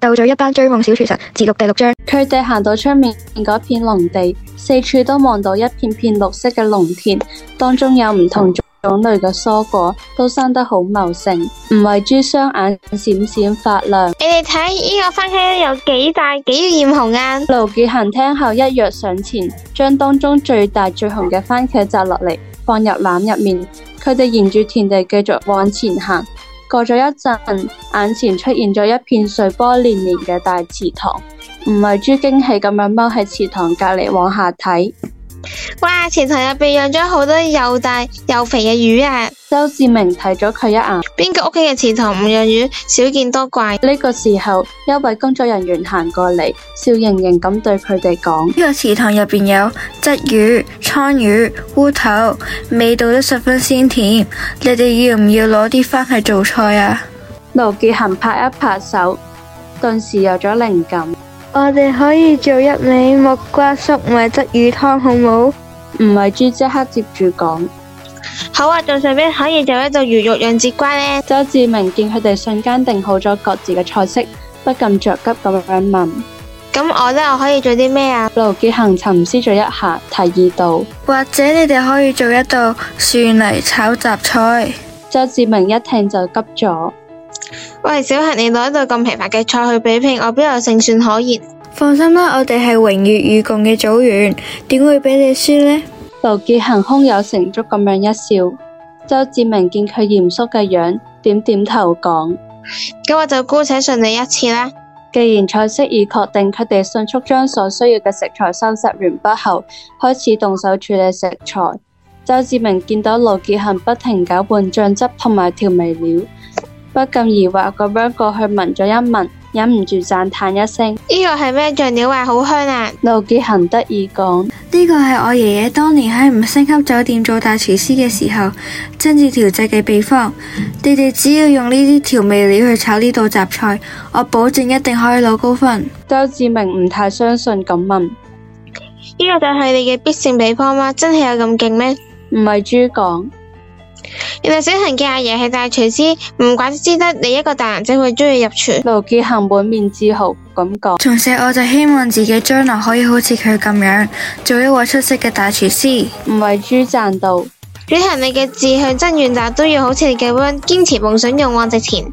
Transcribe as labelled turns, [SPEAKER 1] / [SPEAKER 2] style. [SPEAKER 1] 鬥咗一班追夢小廚神，自錄第六章。
[SPEAKER 2] 佢哋行到出面嗰片農地，四處都望到一片片綠色嘅農田，當中有唔同種類嘅蔬果，都生得好茂盛，吳慧珠雙眼閃閃發亮。
[SPEAKER 3] 你哋睇呢個番茄有幾大幾豔紅啊！
[SPEAKER 2] 盧傑行聽後一躍上前，將當中最大最紅嘅番茄摘落嚟，放入籃入面。佢哋沿住田地繼續往前行，過咗一陣，眼前出現咗一片水波漣漣嘅大池塘。吳慧珠驚喜咁樣踎喺池塘隔籬往下睇，
[SPEAKER 3] 哇！池塘入邊養咗好多又大又肥嘅魚啊！
[SPEAKER 2] 周志明睇咗佢一眼。
[SPEAKER 3] 邊個屋企嘅池塘唔養魚，少見多怪。
[SPEAKER 2] 呢個時候，一位工作人員行過嚟，笑盈盈咁對佢哋講：
[SPEAKER 4] 呢個池塘入邊有鯽魚、倉魚、烏頭，味道都十分鮮甜。你哋要唔要攞啲返去做菜啊？
[SPEAKER 2] 盧傑行拍一拍手，頓時有咗靈感。
[SPEAKER 5] 我哋可以做一味木瓜粟米鯽魚湯，好冇？
[SPEAKER 2] 吳慧珠即刻接住講。
[SPEAKER 3] 好啊，仲順便可以做一道魚肉釀節瓜呢。
[SPEAKER 2] 周志明見佢哋瞬間定好咗各自嘅菜式，不禁着急咁樣問。
[SPEAKER 3] 咁我呢，我可以做啲咩啊？
[SPEAKER 2] 盧傑行沉思咗一下，提議道：
[SPEAKER 4] 或者你哋可以做一道蒜泥炒雜菜。
[SPEAKER 2] 周志明一聽就急咗。
[SPEAKER 3] 喂，小恒，你攞到咁平凡嘅菜去比拼，我邊有勝算可言？
[SPEAKER 4] 放心啦，我哋係榮譽與共嘅組員，點會俾你輸呢？
[SPEAKER 2] 盧傑行胸有成竹咁樣一笑。周志明見佢嚴肅嘅樣，點點頭講：
[SPEAKER 3] 咁我就姑且信你一次啦。
[SPEAKER 2] 既然菜式已確定，佢哋迅速將所需要嘅食材收拾完畢後，開始動手處理食材。周志明見到盧傑行不停攪拌醬汁同埋調味料，不禁疑惑咁樣過去聞咗一聞，忍唔住讚嘆一聲。
[SPEAKER 3] 呢個係咩醬料啊？好香啊！
[SPEAKER 2] 盧傑行得意講。
[SPEAKER 4] 呢個係我爺爺當年喺五星級酒店做大廚師嘅時候，親自調製嘅秘方。你哋只要用呢啲調味料去炒呢道雜菜，我保證一定可以攞高分。
[SPEAKER 2] 周志明唔太相信咁問，
[SPEAKER 3] 呢個就係你嘅必勝秘方嗎？真係有咁勁咩？
[SPEAKER 2] 唔係豬講。
[SPEAKER 3] 原來小恒嘅阿爺係大廚師，唔怪之得你一個大男仔會鍾意入廚。
[SPEAKER 2] 盧傑行滿面自豪咁講。
[SPEAKER 4] 從細我就希望自己將來可以好似佢咁樣，做一位出色嘅大廚師。
[SPEAKER 2] 吳慧珠讚道。
[SPEAKER 3] 小恒，你嘅志向真遠大，都要好似你嘅般堅持夢想，勇往直前。